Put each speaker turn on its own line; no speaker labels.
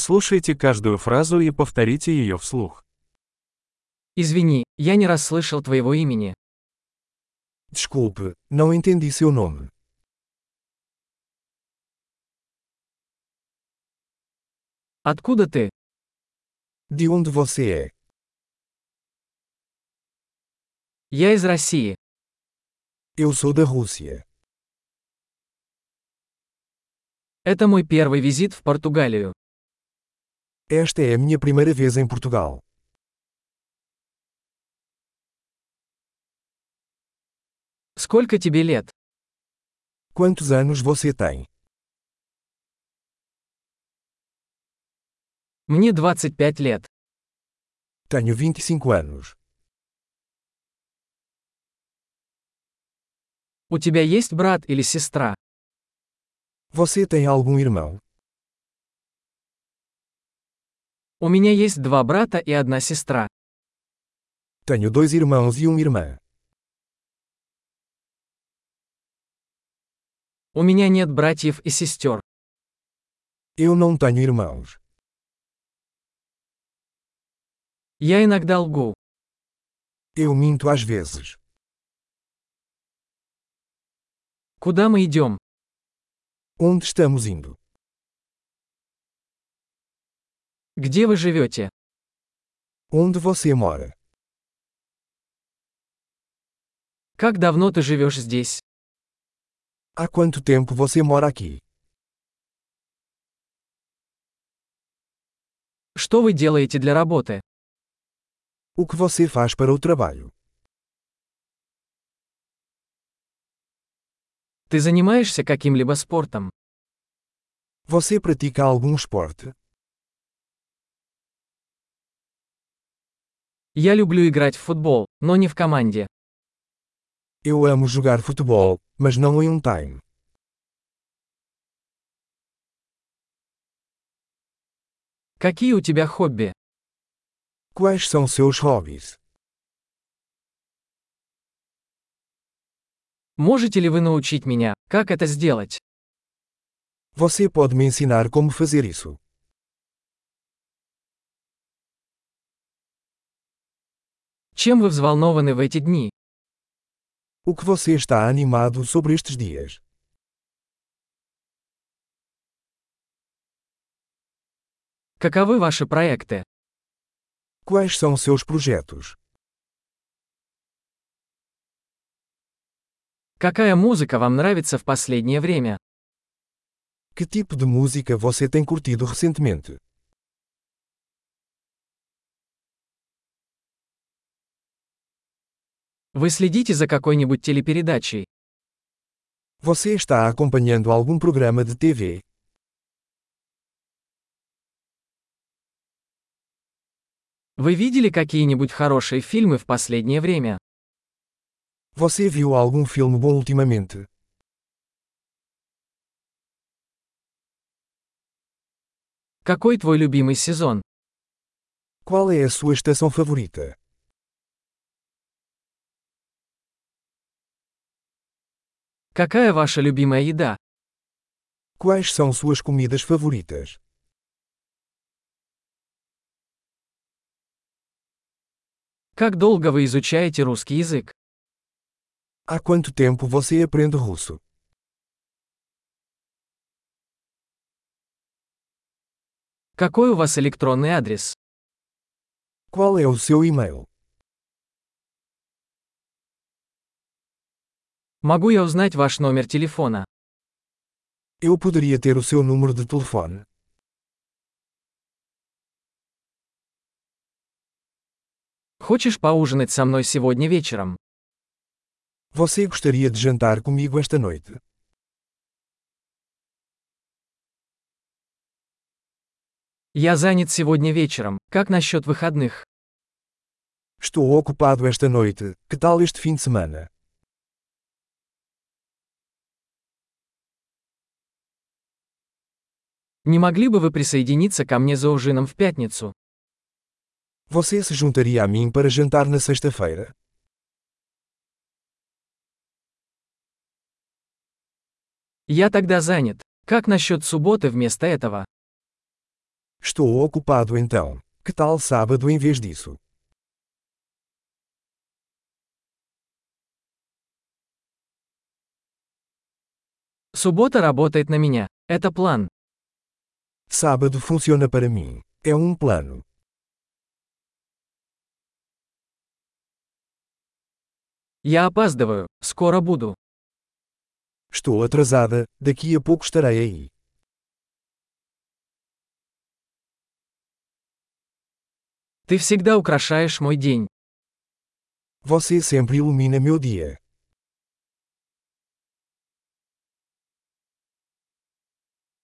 Прослушайте каждую фразу и повторите ее вслух.
Извини, я не расслышал твоего имени.
Desculpe, não entendi seu nome.
Откуда ты?
De onde você é?
Я из России.
Eu sou da Rússia.
Это мой первый визит в Португалию.
Esta é a minha primeira vez em Portugal.
Сколько тебе лет?
Quantos anos você tem?
Мне 25 лет.
Tenho 25 anos.
У тебя есть брат или сестра?
Você tem algum irmão?
У меня есть два брата и одна сестра.
Tenho dois irmãos e uma irmã.
У меня нет братьев и сестер.
Eu não tenho irmãos.
Я иногда лгу.
Eu minto às vezes.
Куда мы идем?
Onde estamos indo?
Где вы живете?
Onde você mora?
Как давно ты живешь здесь?
Há quanto tempo você mora aqui?
Что вы делаете для работы?
O que você faz para o trabalho?
Ты занимаешься каким-либо спортом?
Você pratica algum esporte?
Я люблю играть в футбол, но не в команде.
Eu amo jogar futebol, mas não em um time.
Какие у тебя хобби?
Quais são seus hobbies?
Можете ли вы научить меня, как это сделать?
Você pode me ensinar como fazer isso?
Чем вы взволнованы в эти дни?
O que você está animado sobre estes dias?
Каковы ваши проекты?
Quais são seus projetos?
Какая музыка вам нравится в последнее время?
Que tipo de música você tem curtido recentemente?
Вы следите за какой-нибудь телепередачей?
Você está acompanhando algum programa de TV?
Вы видели какие-нибудь хорошие фильмы в последнее время?
Você viu algum filme bom ultimamente?
Какой твой любимый сезон?
Qual é a sua estação favorita?
Какая ваша любимая еда?
Quais são suas comidas favoritas?
Как долго вы изучаете русский язык?
Há quanto tempo você aprende russo?
Какой у вас электронный адрес?
Qual é o seu e-mail?
Могу я узнать ваш номер телефона?
Eu poderia ter o seu número de telefone?
Хочешь поужинать со мной сегодня вечером?
Você gostaria de jantar comigo esta noite?
Я занят сегодня вечером. Как насчет выходных?
Estou ocupado esta noite, que tal este fim de semana?
Не могли бы вы присоединиться ко мне за ужином в пятницу?
Você se juntaria a mim para jantar na sexta-feira?
Я тогда занят. Как насчет субботы вместо этого?
Estou ocupado então. Que tal sábado em vez disso?
Суббота работает на меня. Это план.
Sábado funciona para mim. É um plano.
Я опаздываю. Скоро буду.
Estou atrasada, daqui a pouco estarei aí.
Ты всегда украшаешь мой день.
Você sempre ilumina meu dia.